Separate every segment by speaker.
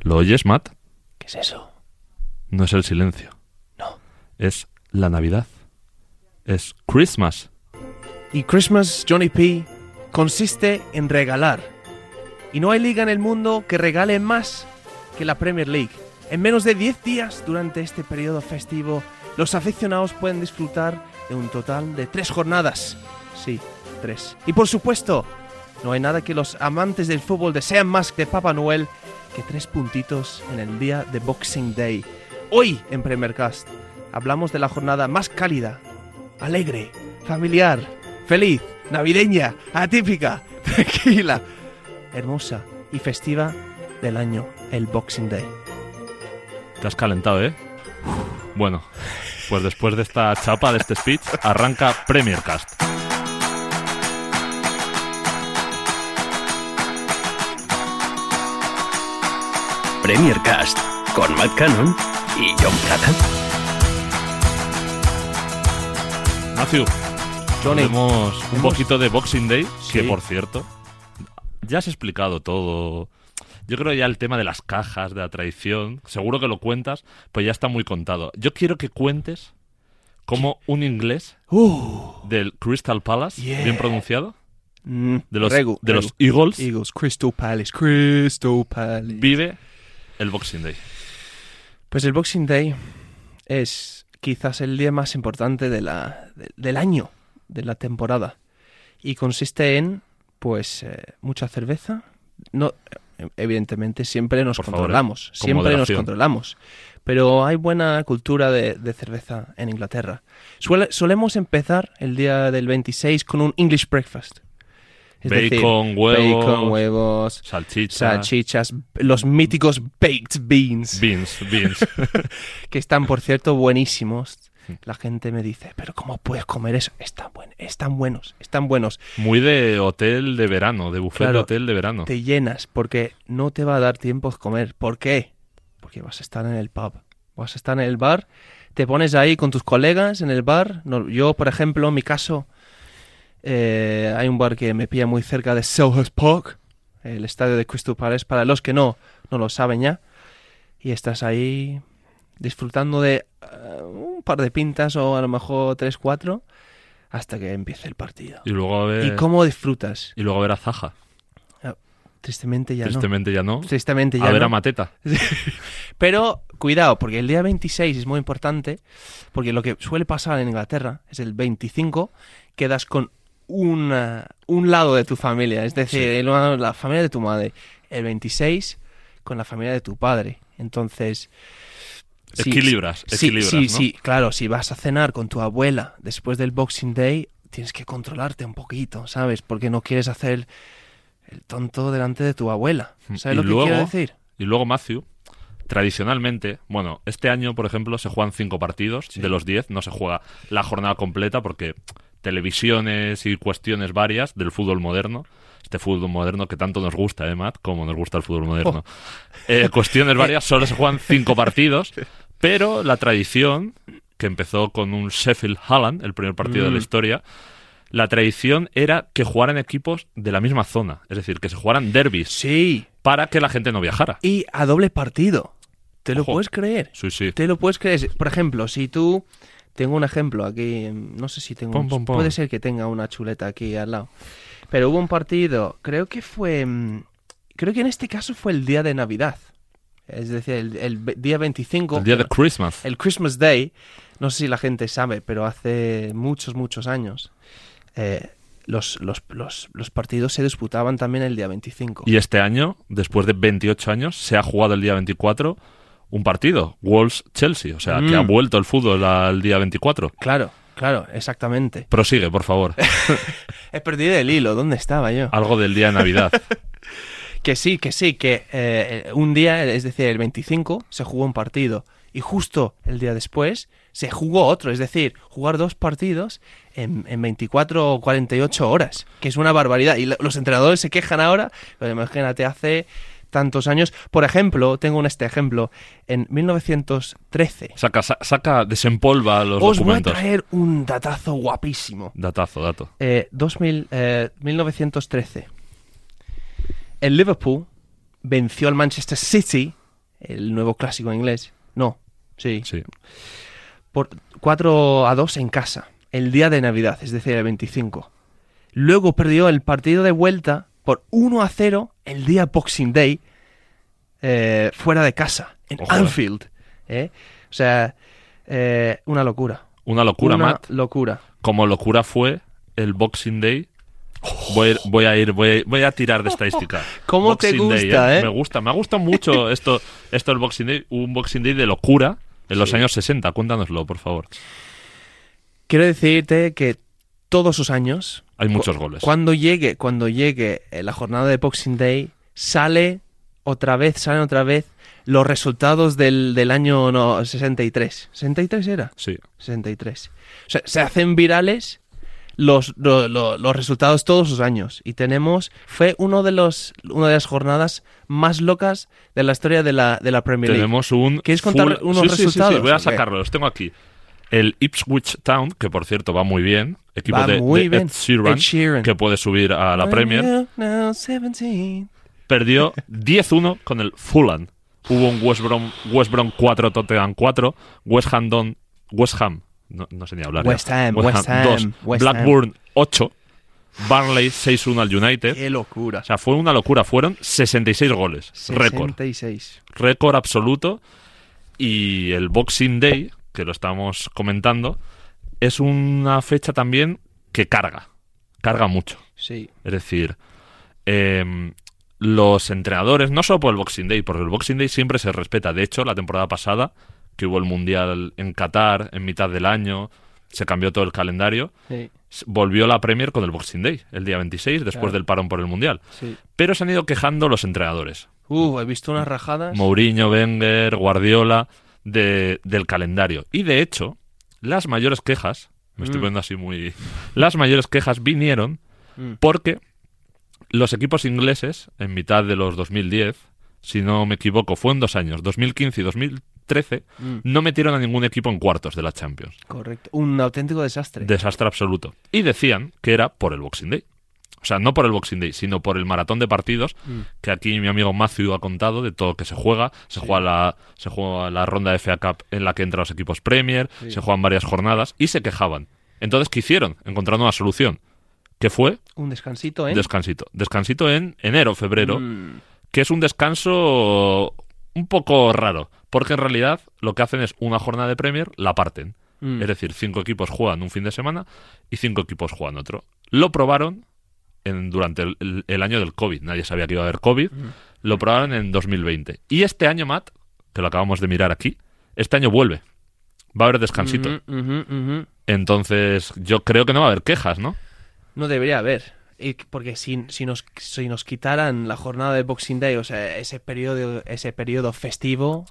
Speaker 1: ¿Lo oyes, Matt?
Speaker 2: ¿Qué es eso?
Speaker 1: No es el silencio.
Speaker 2: No.
Speaker 1: Es la Navidad. Es Christmas.
Speaker 2: Y Christmas, Johnny P, consiste en regalar. Y no hay liga en el mundo que regale más que la Premier League. En menos de 10 días durante este periodo festivo, los aficionados pueden disfrutar de un total de 3 jornadas. Sí, 3. Y por supuesto, no hay nada que los amantes del fútbol desean más de Papá Noel que 3 puntitos en el día de Boxing Day. Hoy en Premercast hablamos de la jornada más cálida, alegre, familiar, feliz, navideña, atípica, tranquila, hermosa y festiva del año, el Boxing Day.
Speaker 1: Te has calentado, ¿eh? Bueno, pues después de esta chapa, de este speech, arranca Premiercast.
Speaker 3: Premier Cast con Matt Cannon y John Plata.
Speaker 1: Matthew,
Speaker 2: Johnny.
Speaker 1: hablemos un
Speaker 2: Hemos-
Speaker 1: poquito de Boxing Day, que
Speaker 2: Sí.
Speaker 1: por cierto, ya has explicado todo. Yo creo ya el tema de las cajas, de la traición, seguro que lo cuentas, pues ya está muy contado. Yo quiero que cuentes cómo un inglés
Speaker 2: Uh,
Speaker 1: del Crystal Palace,
Speaker 2: Yeah.
Speaker 1: bien pronunciado,
Speaker 2: mm,
Speaker 1: de los,
Speaker 2: Regu,
Speaker 1: de los
Speaker 2: Regu.
Speaker 1: Eagles,
Speaker 2: Eagles, Crystal Palace, Crystal Palace.
Speaker 1: vive el Boxing Day.
Speaker 2: Pues el Boxing Day es quizás el día más importante de la, de- del año, de la temporada. Y consiste en, pues, eh, mucha cerveza. No, eh, evidentemente siempre nos
Speaker 1: Por favor,
Speaker 2: controlamos,
Speaker 1: con
Speaker 2: siempre
Speaker 1: moderación.
Speaker 2: nos controlamos. Pero hay buena cultura de, de cerveza en Inglaterra. Suele- solemos empezar el día del 26 con un English breakfast. Es decir,
Speaker 1: Bacon, huevos,
Speaker 2: bacon, huevos,
Speaker 1: salchicha,
Speaker 2: salchichas, los míticos baked beans
Speaker 1: beans, beans.
Speaker 2: que están, por cierto, buenísimos. La gente me dice, pero ¿cómo puedes comer eso? Están, buen, están buenos, están buenos.
Speaker 1: Muy de hotel de verano, de buffet de
Speaker 2: Claro,
Speaker 1: hotel de verano.
Speaker 2: Te llenas porque no te va a dar tiempo de comer. ¿Por qué? Porque vas a estar en el pub, vas a estar en el bar, te pones ahí con tus colegas en el bar. No, yo, por ejemplo, en mi caso, eh, hay un bar que me pilla muy cerca de Selhurst Park, el estadio de Crystal Palace, para los que no, no lo saben ya. Y estás ahí disfrutando de eh, un par de pintas o a lo mejor tres, cuatro, hasta que empiece el partido.
Speaker 1: Y luego a ver,
Speaker 2: ¿Y cómo disfrutas?
Speaker 1: y luego a ver a Zaja.
Speaker 2: Tristemente ya no.
Speaker 1: Tristemente ya no.
Speaker 2: Tristemente ya
Speaker 1: a ver
Speaker 2: no.
Speaker 1: a Mateta.
Speaker 2: Pero cuidado, porque el día 26 es muy importante, porque lo que suele pasar en Inglaterra es el 25, quedas con una- un lado de tu familia, es decir, el- la familia de tu madre. El 26 con la familia de tu padre. Entonces... si-
Speaker 1: Equilibras,
Speaker 2: Sí,
Speaker 1: equilibras,
Speaker 2: sí,
Speaker 1: ¿no?
Speaker 2: sí, claro, si vas a cenar con tu abuela después del Boxing Day, tienes que controlarte un poquito, ¿sabes? Porque no quieres hacer el tonto delante de tu abuela. ¿Sabes
Speaker 1: Mm, Y
Speaker 2: lo que quiero
Speaker 1: luego-
Speaker 2: decir?
Speaker 1: Y luego Matthew, tradicionalmente, bueno, este año, por ejemplo, se juegan cinco partidos de los 10, no se juega la jornada completa porque televisiones y cuestiones varias del fútbol moderno, este fútbol moderno que tanto nos gusta, ¿eh, Matt? Como nos gusta el fútbol moderno. Eh, cuestiones varias, solo se juegan cinco partidos, pero la tradición, que empezó con un Sheffield Halland, el primer partido de la
Speaker 2: Mm.
Speaker 1: historia, la tradición era que jugaran equipos de la misma zona, es decir, que se jugaran derbis
Speaker 2: Sí,
Speaker 1: para que la gente no viajara.
Speaker 2: y a doble partido. ¿Te lo
Speaker 1: Ojo.
Speaker 2: puedes creer?
Speaker 1: Sí, sí.
Speaker 2: ¿Te lo puedes creer? Por ejemplo, si tú... Tengo un ejemplo aquí, em, no sé si tengo...
Speaker 1: Pon,
Speaker 2: un-
Speaker 1: pon, pon.
Speaker 2: Puede ser que tenga una chuleta aquí al lado. Pero hubo un partido, creo que fue... mm, Creo que en este caso fue el día de Navidad. Es decir, el, el ve- día 25...
Speaker 1: El día de Christmas.
Speaker 2: el Christmas Day, no sé si la gente sabe, pero hace muchos, muchos años, eh, los, los- los- los partidos se disputaban también el día 25.
Speaker 1: Y este año, después de 28 años, se ha jugado el día 24 un partido, Wolves-Chelsea. O sea, que
Speaker 2: Mm.
Speaker 1: ha vuelto el fútbol al día 24.
Speaker 2: Claro, claro, exactamente.
Speaker 1: Prosigue, por favor.
Speaker 2: He perdido el hilo, ¿dónde estaba yo?
Speaker 1: Algo del día de Navidad.
Speaker 2: Que sí, que sí, que eh, un día, es decir, el 25, se jugó un partido y justo el día después se jugó otro, es decir, jugar dos partidos en, en 24 o 48 horas, que es una barbaridad. Y lo- los entrenadores se quejan ahora, pero imagínate, hace tantos años. Por ejemplo, tengo un este ejemplo, en 1913
Speaker 1: Saca, sa- saca desempolva los
Speaker 2: os voy a
Speaker 1: documentos.
Speaker 2: traer un datazo guapísimo.
Speaker 1: Datazo, dato.
Speaker 2: Eh, 2000, eh, 1913. El Liverpool venció al Manchester City el nuevo clásico inglés. No, sí.
Speaker 1: Sí.
Speaker 2: Por 4 a 2 en casa, el día de Navidad, es decir, el 25. Luego perdió el partido de vuelta por 1 a 0 el día Boxing Day, eh, fuera de casa, en
Speaker 1: Ojo, eh.
Speaker 2: Anfield. ¿eh? O sea, eh, una locura.
Speaker 1: Una locura,
Speaker 2: una
Speaker 1: Matt.
Speaker 2: locura.
Speaker 1: Como locura fue el Boxing Day. Voy a ir, voy a, ir- voy a, voy a tirar de estadística.
Speaker 2: ¿Cómo te
Speaker 1: Day,
Speaker 2: gusta, eh?
Speaker 1: Me gusta, me ha gustado mucho esto, esto del Boxing Day. Hubo Un Boxing Day de locura en los
Speaker 2: Sí.
Speaker 1: años 60. Cuéntanoslo, por favor.
Speaker 2: Quiero decirte que todos los años,
Speaker 1: Hay muchos goles.
Speaker 2: cuando llegue, cuando llegue eh, la jornada de Boxing Day, sale otra vez, salen otra vez los resultados del, del año no, 63. ¿63 era?
Speaker 1: Sí.
Speaker 2: 63. O sea, se hacen virales los, lo- lo- los resultados todos los años. Y tenemos, fue uno de los, una de las jornadas más locas de la historia de la, de la Premier League.
Speaker 1: Tenemos un.
Speaker 2: ¿Quieres contar
Speaker 1: full-
Speaker 2: unos
Speaker 1: Sí, sí, sí, Sí,
Speaker 2: resultados,
Speaker 1: voy
Speaker 2: o
Speaker 1: a
Speaker 2: qué?
Speaker 1: sacarlos. Los tengo aquí. El Ipswich Town, que por cierto va muy bien. Equipo
Speaker 2: Va
Speaker 1: de,
Speaker 2: muy
Speaker 1: de
Speaker 2: bien.
Speaker 1: Ed, Sheeran,
Speaker 2: Ed Sheeran.
Speaker 1: que puede subir a la Premier.
Speaker 2: Now 17.
Speaker 1: Perdió 10-1 con el Fulham. Hubo un West Brom, West Brom 4, Tottenham 4. West Ham, don- West Ham no, no sé ni hablar. ya.
Speaker 2: West Ham, West Ham,
Speaker 1: 2,
Speaker 2: West Ham.
Speaker 1: Blackburn 8. Barnley 6-1 al United.
Speaker 2: Qué locura.
Speaker 1: O sea, fue una locura. Fueron 66 goles. Récord.
Speaker 2: 66.
Speaker 1: récord absoluto. Y el Boxing Day, que lo estamos comentando, es una fecha también que carga. Carga mucho.
Speaker 2: Sí.
Speaker 1: Es decir, em, los entrenadores, no solo por el Boxing Day, porque el Boxing Day siempre se respeta. De hecho, la temporada pasada, que hubo el Mundial en Qatar, en mitad del año, se cambió todo el calendario,
Speaker 2: Sí,
Speaker 1: s- volvió la Premier con el Boxing Day, el día 26, después
Speaker 2: Claro.
Speaker 1: del parón por el Mundial.
Speaker 2: sí.
Speaker 1: Pero se han ido quejando los entrenadores.
Speaker 2: Uh, he visto unas rajadas.
Speaker 1: Mourinho, Wenger, Guardiola, de- del calendario. Y de hecho, las mayores quejas, me estoy
Speaker 2: Mm.
Speaker 1: poniendo así muy... Las mayores quejas vinieron
Speaker 2: Mm.
Speaker 1: porque los equipos ingleses, en mitad de los 2010, si no me equivoco, fue en dos años, 2015 y 2013,
Speaker 2: Mm.
Speaker 1: no metieron a ningún equipo en cuartos de la Champions.
Speaker 2: Correcto. Un auténtico desastre.
Speaker 1: Desastre absoluto. Y decían que era por el Boxing Day. O sea, no por el Boxing Day, sino por el maratón de partidos
Speaker 2: Mm.
Speaker 1: que aquí mi amigo Matthew ha contado de todo lo que se juega. Se juega la se juega la ronda de FA Cup en la que entran los equipos Premier,
Speaker 2: Sí.
Speaker 1: se juegan varias jornadas y se quejaban. Entonces, ¿qué hicieron? Encontraron una solución, que fue
Speaker 2: Un descansito, ¿eh?
Speaker 1: descansito. Descansito en enero, febrero,
Speaker 2: Mm.
Speaker 1: que es un descanso un poco raro, porque en realidad lo que hacen es una jornada de Premier, la parten.
Speaker 2: Mm.
Speaker 1: Es decir, cinco equipos juegan un fin de semana y cinco equipos juegan otro. Lo probaron en- durante el, el- el año del COVID. Nadie sabía que iba a haber COVID.
Speaker 2: Mm.
Speaker 1: Lo probaron en 2020. Y este año, Matt, que lo acabamos de mirar aquí, este año vuelve. Va a haber descansito.
Speaker 2: Ujú, ujú, ujú.
Speaker 1: Entonces, yo creo que no va a haber quejas, ¿no?
Speaker 2: No debería haber. Y que- Porque si, si, nos, si nos quitaran la jornada de Boxing Day, o sea, ese periodo, ese periodo festivo,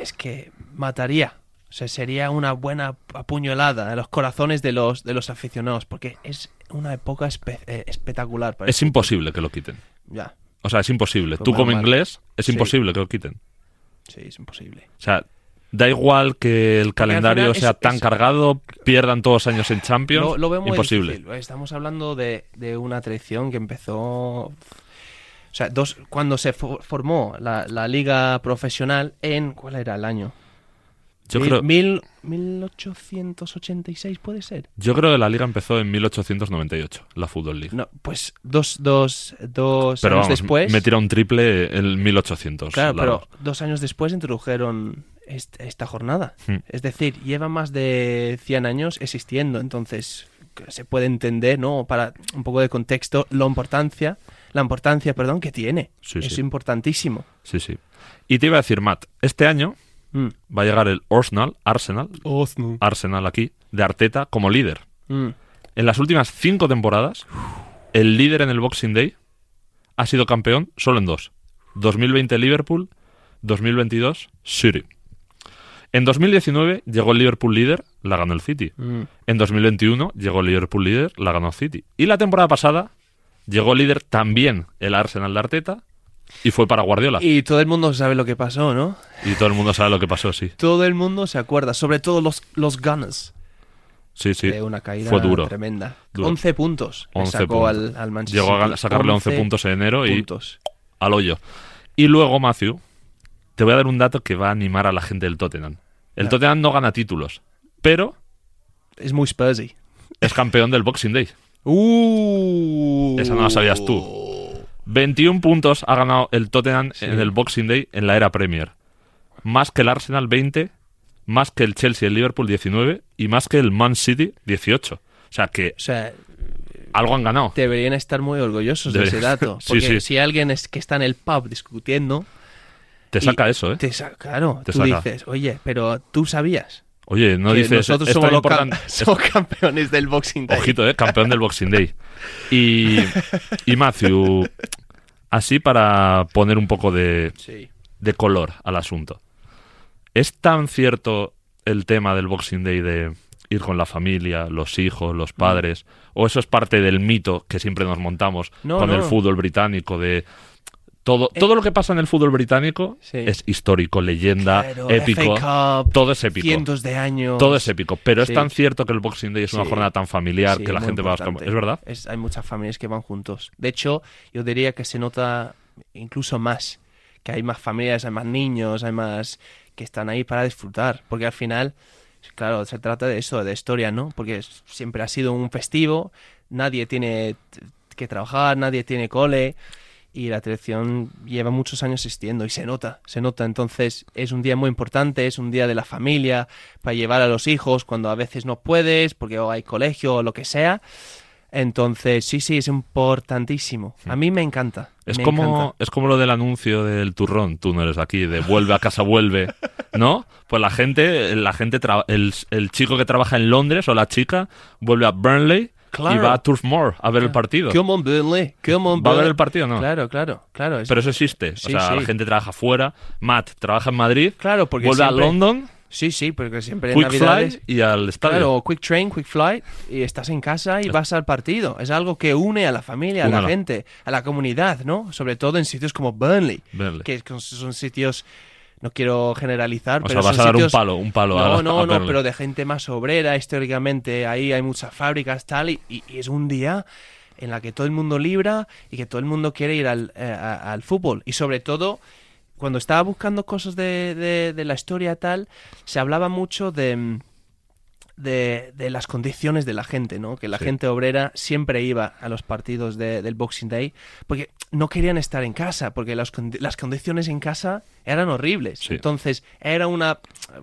Speaker 2: es que mataría. O sea, sería una buena apuñalada en los corazones de los, de los aficionados, porque es una época espe- eh, espectacular. Para este
Speaker 1: Es imposible que lo quiten.
Speaker 2: Ya,
Speaker 1: O sea, es imposible.
Speaker 2: Pues
Speaker 1: Tú
Speaker 2: menos
Speaker 1: como
Speaker 2: mal.
Speaker 1: inglés, es
Speaker 2: Sí.
Speaker 1: imposible que lo quiten.
Speaker 2: sí, es imposible.
Speaker 1: O sea, da igual que el calendario
Speaker 2: final
Speaker 1: sea
Speaker 2: es-
Speaker 1: tan
Speaker 2: es-
Speaker 1: cargado, pierdan todos años en Champions.
Speaker 2: Lo, lo veo muy
Speaker 1: imposible.
Speaker 2: difícil. ¿eh? Estamos hablando de, de una traición que empezó. O sea, dos, cuando se fo- formó la, la liga profesional en. ¿Cuál era el año?
Speaker 1: Yo
Speaker 2: Mil-
Speaker 1: creo,
Speaker 2: mil- 1886, ¿puede ser?
Speaker 1: yo creo que la liga empezó en 1898, la Football League.
Speaker 2: No, pues dos, dos, dos
Speaker 1: pero
Speaker 2: años
Speaker 1: vamos,
Speaker 2: después.
Speaker 1: me tira un triple en 1800.
Speaker 2: claro,
Speaker 1: la
Speaker 2: pero
Speaker 1: verdad.
Speaker 2: dos años después introdujeron est- esta jornada.
Speaker 1: Hmm.
Speaker 2: Es decir, lleva más de 100 años existiendo, entonces que se puede entender, ¿no? Para un poco de contexto, la importancia, la importancia, perdón, que tiene.
Speaker 1: Sí,
Speaker 2: es
Speaker 1: sí.
Speaker 2: importantísimo.
Speaker 1: Sí, sí. Y te iba a decir, Matt, este año
Speaker 2: Mm.
Speaker 1: va a llegar el Arsenal, Arsenal, Arsenal aquí, de Arteta como líder.
Speaker 2: Mm.
Speaker 1: En las últimas cinco temporadas, el líder en el Boxing Day ha sido campeón solo en dos. 2020 Liverpool, 2022 City. En 2019 llegó el Liverpool líder, la ganó el City.
Speaker 2: Mm.
Speaker 1: En 2021 llegó el Liverpool líder, la ganó City. Y la temporada pasada llegó líder también el Arsenal de Arteta y fue para Guardiola. Y,
Speaker 2: Y todo el mundo sabe lo que pasó, ¿no?
Speaker 1: todo el mundo sabe lo que pasó, sí.
Speaker 2: Todo el mundo se acuerda, sobre todo los, los Gunners.
Speaker 1: Sí, sí.
Speaker 2: de una caída
Speaker 1: Fue duro.
Speaker 2: tremenda.
Speaker 1: Duro.
Speaker 2: 11 puntos le
Speaker 1: 11
Speaker 2: sacó
Speaker 1: puntos.
Speaker 2: Al, al Manchester
Speaker 1: Llegó a gan-
Speaker 2: City.
Speaker 1: sacarle 11, puntos en enero y
Speaker 2: puntos.
Speaker 1: al hoyo. Y luego Matthew, Te voy a dar un dato que va a animar a la gente del Tottenham. El
Speaker 2: Ya.
Speaker 1: Tottenham no gana títulos, pero
Speaker 2: Es muy Spursy.
Speaker 1: es campeón del Boxing Day.
Speaker 2: Uh.
Speaker 1: Esa no la sabías tú. 21 puntos ha ganado el Tottenham
Speaker 2: Sí.
Speaker 1: en el Boxing Day en la era Premier. Más que el Arsenal 20, más que el Chelsea y el Liverpool 19 y más que el Man City 18. O sea que
Speaker 2: O sea,
Speaker 1: algo han ganado.
Speaker 2: deberían estar muy orgullosos de ese
Speaker 1: Deberían-
Speaker 2: dato.
Speaker 1: Sí,
Speaker 2: Porque
Speaker 1: sí.
Speaker 2: si alguien es que está en el pub discutiendo,
Speaker 1: Te saca eso, ¿eh?
Speaker 2: te sa- claro,
Speaker 1: Te
Speaker 2: tú
Speaker 1: saca.
Speaker 2: dices, oye, pero tú sabías
Speaker 1: Oye, no
Speaker 2: que
Speaker 1: dices...
Speaker 2: nosotros
Speaker 1: "Es tan
Speaker 2: somos, los cam-
Speaker 1: importante".
Speaker 2: somos campeones del Boxing Day.
Speaker 1: Ojito, ¿eh? Campeón del Boxing Day. Y, y Matthew, así para poner un poco de,
Speaker 2: Sí.
Speaker 1: de color al asunto. ¿Es tan cierto el tema del Boxing Day de ir con la familia, los hijos,
Speaker 2: Mm.
Speaker 1: los padres? ¿O eso es parte del mito que siempre nos montamos
Speaker 2: No,
Speaker 1: con el
Speaker 2: no.
Speaker 1: fútbol británico de... Todo, todo lo que pasa en el fútbol británico
Speaker 2: Sí.
Speaker 1: es histórico, leyenda,
Speaker 2: Claro,
Speaker 1: épico.
Speaker 2: FA Cup,
Speaker 1: Todo es épico.
Speaker 2: Cientos de años.
Speaker 1: Todo es épico, pero
Speaker 2: Sí.
Speaker 1: es tan cierto que el Boxing Day es una
Speaker 2: Sí.
Speaker 1: jornada tan familiar
Speaker 2: Sí,
Speaker 1: que la
Speaker 2: muy
Speaker 1: gente va a los
Speaker 2: importante.
Speaker 1: camp- ¿Es verdad?
Speaker 2: Es- hay muchas familias que van juntos. De hecho, yo diría que se nota incluso más. Que hay más familias, hay más niños, hay más que están ahí para disfrutar. Porque al final, claro, se trata de eso, de historia, ¿no? Porque es- siempre ha sido un festivo, nadie tiene t- que trabajar, nadie tiene cole. Y la tradición lleva muchos años existiendo y se nota, se nota. Entonces es un día muy importante, es un día de la familia, para llevar a los hijos cuando a veces no puedes, porque o hay colegio o lo que sea. Entonces, sí, sí, es importantísimo. A mí me encanta.
Speaker 1: Es
Speaker 2: me
Speaker 1: como,
Speaker 2: encanta.
Speaker 1: es como lo del anuncio del turrón, tú no eres de aquí, de vuelve a casa, vuelve, ¿no? Pues la gente, la gente tra- el, el chico que trabaja en Londres o la chica vuelve a Burnley y
Speaker 2: Claro.
Speaker 1: va a Turf Moor a ver el partido.
Speaker 2: Come on, Burnley. Come on,
Speaker 1: ¿Va a ver
Speaker 2: Burnley.
Speaker 1: el partido o no?
Speaker 2: Claro, claro, claro. es-
Speaker 1: Pero eso existe. O
Speaker 2: Sí,
Speaker 1: sea, la
Speaker 2: sí.
Speaker 1: gente trabaja fuera. Matt trabaja en Madrid,
Speaker 2: claro, porque
Speaker 1: vuelve
Speaker 2: siempre-
Speaker 1: a London,
Speaker 2: Sí, sí, porque siempre en
Speaker 1: Quick
Speaker 2: Navidades...
Speaker 1: Fly y al estadio.
Speaker 2: Claro, o quick train, quick flight, y estás en casa y vas al partido. Es algo que une a la familia, a
Speaker 1: Une a
Speaker 2: la
Speaker 1: la-
Speaker 2: gente, a la comunidad, ¿no? Sobre todo en sitios como Burnley,
Speaker 1: Burnley.
Speaker 2: que con- son sitios, no quiero generalizar,
Speaker 1: o sea,
Speaker 2: pero
Speaker 1: vas
Speaker 2: son
Speaker 1: a dar un
Speaker 2: sitios-
Speaker 1: palo, un palo a-
Speaker 2: No,
Speaker 1: a,
Speaker 2: no, no,
Speaker 1: Burnley.
Speaker 2: pero de gente más obrera históricamente, ahí hay muchas fábricas, tal, y, y- y es un día en la que todo el mundo libra y que todo el mundo quiere ir al, eh, a- al fútbol. Y sobre todo, cuando estaba buscando cosas de, de- de la historia tal, se hablaba mucho de... mm, de, de las condiciones de la gente, ¿no? Que la
Speaker 1: Sí.
Speaker 2: gente obrera siempre iba a los partidos de- del Boxing Day porque no querían estar en casa, porque las, condi- las condiciones en casa eran horribles.
Speaker 1: Sí.
Speaker 2: Entonces, era una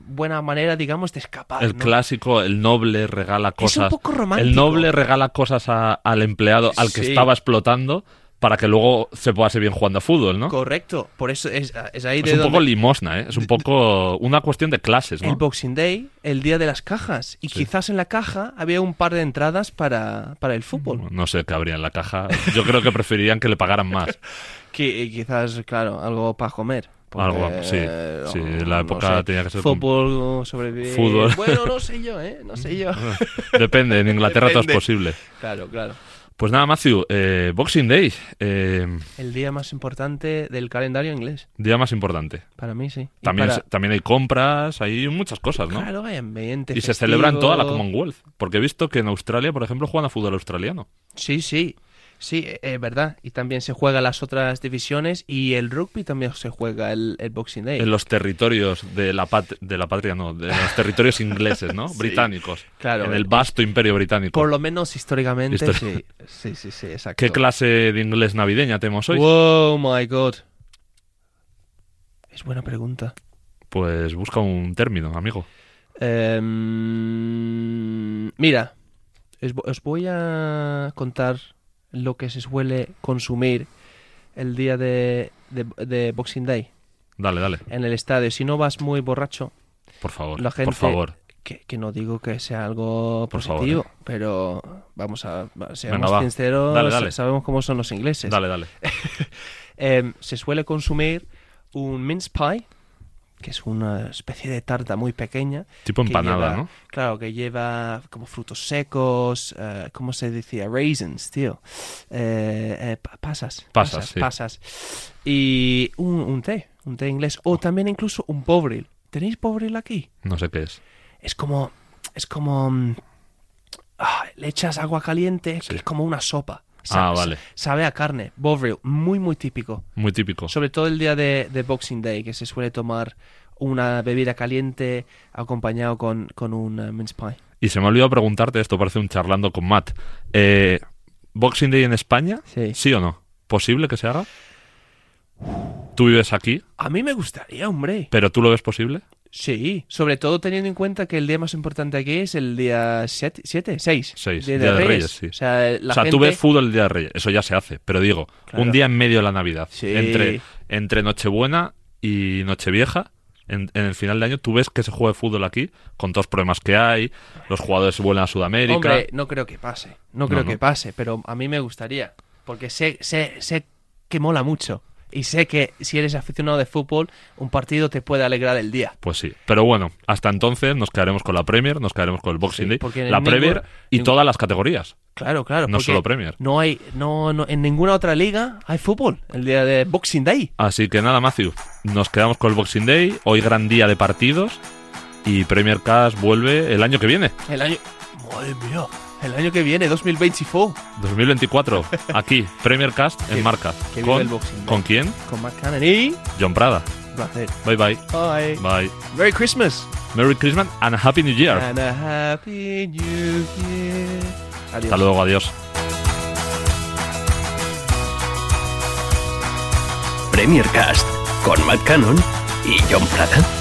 Speaker 2: buena manera, digamos, de escapar.
Speaker 1: El
Speaker 2: ¿no?
Speaker 1: clásico, el noble regala
Speaker 2: un
Speaker 1: cosas.
Speaker 2: poco romántico.
Speaker 1: El noble regala cosas a- al empleado, al que
Speaker 2: Sí.
Speaker 1: estaba explotando, para que luego se pase bien jugando a fútbol, ¿no?
Speaker 2: Correcto. Por eso es, es ahí de
Speaker 1: Es un
Speaker 2: donde
Speaker 1: poco limosna, ¿eh? Es un poco una cuestión de clases,
Speaker 2: el
Speaker 1: ¿no?
Speaker 2: Boxing Day, el día de las cajas. Y
Speaker 1: Sí.
Speaker 2: quizás en la caja había un par de entradas para, para el fútbol.
Speaker 1: No sé qué habría en la caja. Yo creo que preferirían que le pagaran más.
Speaker 2: Que y quizás, claro, algo para comer. oh,
Speaker 1: Algo, sí, sí, la época tenía que ser con-
Speaker 2: Fútbol, sobrevivir.
Speaker 1: Fútbol.
Speaker 2: Bueno, no sé yo, ¿eh? No sé yo.
Speaker 1: Depende, en Inglaterra todo
Speaker 2: Depende.
Speaker 1: es posible.
Speaker 2: claro, claro.
Speaker 1: Pues nada, Matthew, eh, Boxing Day, eh,
Speaker 2: El día más importante del calendario inglés.
Speaker 1: día más importante.
Speaker 2: Para mí, sí. Y
Speaker 1: También,
Speaker 2: para-
Speaker 1: se- también hay compras, hay muchas cosas, ¿no?
Speaker 2: Claro, hay ambiente.
Speaker 1: Y se celebra en toda la
Speaker 2: festivo.
Speaker 1: Commonwealth. Porque he visto que en Australia, por ejemplo, juegan a fútbol australiano.
Speaker 2: Sí, sí. Sí, e, es verdad. Y también se juega las otras divisiones y el rugby también se juega el, el Boxing Day.
Speaker 1: En los territorios de la, pat- de la patria, no, de los territorios ingleses, ¿no? Británicos.
Speaker 2: Claro. eh.
Speaker 1: En el vasto imperio británico.
Speaker 2: Por lo menos históricamente,
Speaker 1: Histori-
Speaker 2: sí. Sí, sí, sí, exacto.
Speaker 1: ¿Qué clase de inglés navideña tenemos hoy?
Speaker 2: Wow, my God. Es buena pregunta.
Speaker 1: Pues busca un término, amigo.
Speaker 2: Em, mira, os, vo- os voy a contar lo que se suele consumir el día de, de- de Boxing Day
Speaker 1: Dale, dale,
Speaker 2: en el estadio. Si no vas muy borracho,
Speaker 1: por favor.
Speaker 2: Eh, La gente-
Speaker 1: Por favor.
Speaker 2: que, que no digo que sea algo
Speaker 1: Por favor, eh.
Speaker 2: positivo, pero vamos a va- seamos
Speaker 1: Venga, va.
Speaker 2: sinceros,
Speaker 1: Dale, dale.
Speaker 2: sabemos cómo son los ingleses.
Speaker 1: Dale, dale.
Speaker 2: Em, se suele consumir un mince pie, que es una especie de tarta muy pequeña.
Speaker 1: Tipo
Speaker 2: que
Speaker 1: empanada,
Speaker 2: lleva-
Speaker 1: ¿no?
Speaker 2: Claro, que lleva como frutos secos, eh, ¿cómo se decía? Raisins, tío. Eh, eh, pa- pasas.
Speaker 1: Pasas, sí.
Speaker 2: pasas. Y un, un té, un té inglés. O también incluso un pobril. ¿Tenéis pobril aquí?
Speaker 1: No sé qué es.
Speaker 2: Es como. Es como. mm, ah, le echas agua caliente,
Speaker 1: Sí.
Speaker 2: que es como una sopa.
Speaker 1: Ah, vale.
Speaker 2: Sabe a carne, Bovril, muy, muy típico.
Speaker 1: Muy típico.
Speaker 2: Sobre todo el día de, de Boxing Day, que se suele tomar una bebida caliente acompañado con, con un eh, mince pie.
Speaker 1: Y se me ha olvidado preguntarte, esto parece un charlando con Matt. Eh, ¿Boxing Day en España?
Speaker 2: Sí.
Speaker 1: o no? ¿Posible que se haga? Tú vives aquí,
Speaker 2: A mí me gustaría, hombre.
Speaker 1: pero ¿tú lo ves posible?
Speaker 2: Sí, sobre todo teniendo en cuenta que el día más importante aquí es el día 7, 6.
Speaker 1: Seis, Día de Reyes, sí.
Speaker 2: O sea, la
Speaker 1: o sea, tú
Speaker 2: gente-
Speaker 1: ves fútbol el día de Reyes, eso ya se hace, pero digo,
Speaker 2: Claro.
Speaker 1: un día en medio de la Navidad,
Speaker 2: Sí.
Speaker 1: entre, entre Nochebuena y Nochevieja, en, en el final de año, tú ves que se juega fútbol aquí, con todos los problemas que hay, los jugadores vuelan a Sudamérica.
Speaker 2: Hombre, no creo que pase. No creo
Speaker 1: no.
Speaker 2: que pase, pero a mí me gustaría. Porque sé, sé, sé que mola mucho. Y sé que si eres aficionado de fútbol, un partido te puede alegrar el día.
Speaker 1: Pues sí, pero bueno, hasta entonces nos quedaremos con la Premier, nos quedaremos con el Boxing
Speaker 2: Sí,
Speaker 1: Day,
Speaker 2: porque
Speaker 1: la
Speaker 2: ningún-
Speaker 1: Premier y
Speaker 2: ningún-
Speaker 1: todas las categorías.
Speaker 2: Claro, claro.
Speaker 1: No
Speaker 2: porque
Speaker 1: solo Premier.
Speaker 2: No hay, no, no, en ninguna otra liga hay fútbol. El día de Boxing Day.
Speaker 1: Así que nada, Matthew, nos quedamos con el Boxing Day, hoy gran día de partidos y Premier Cast vuelve el año que viene,
Speaker 2: El año. Madre mía. El año que viene, 2024.
Speaker 1: 2024, aquí, Premier Cast en
Speaker 2: Que-
Speaker 1: marca.
Speaker 2: que viva
Speaker 1: con,
Speaker 2: el Boxing Day.
Speaker 1: ¿Con quién?
Speaker 2: Con Mark Cannon y.
Speaker 1: John Prada.
Speaker 2: Un placer.
Speaker 1: Bye bye.
Speaker 2: Bye.
Speaker 1: Bye.
Speaker 2: Merry Christmas.
Speaker 1: Merry Christmas and a Happy New Year.
Speaker 2: And a happy new year. Adiós.
Speaker 1: Hasta luego, adiós.
Speaker 3: Premier Cast con Matt Cannon y John Prada.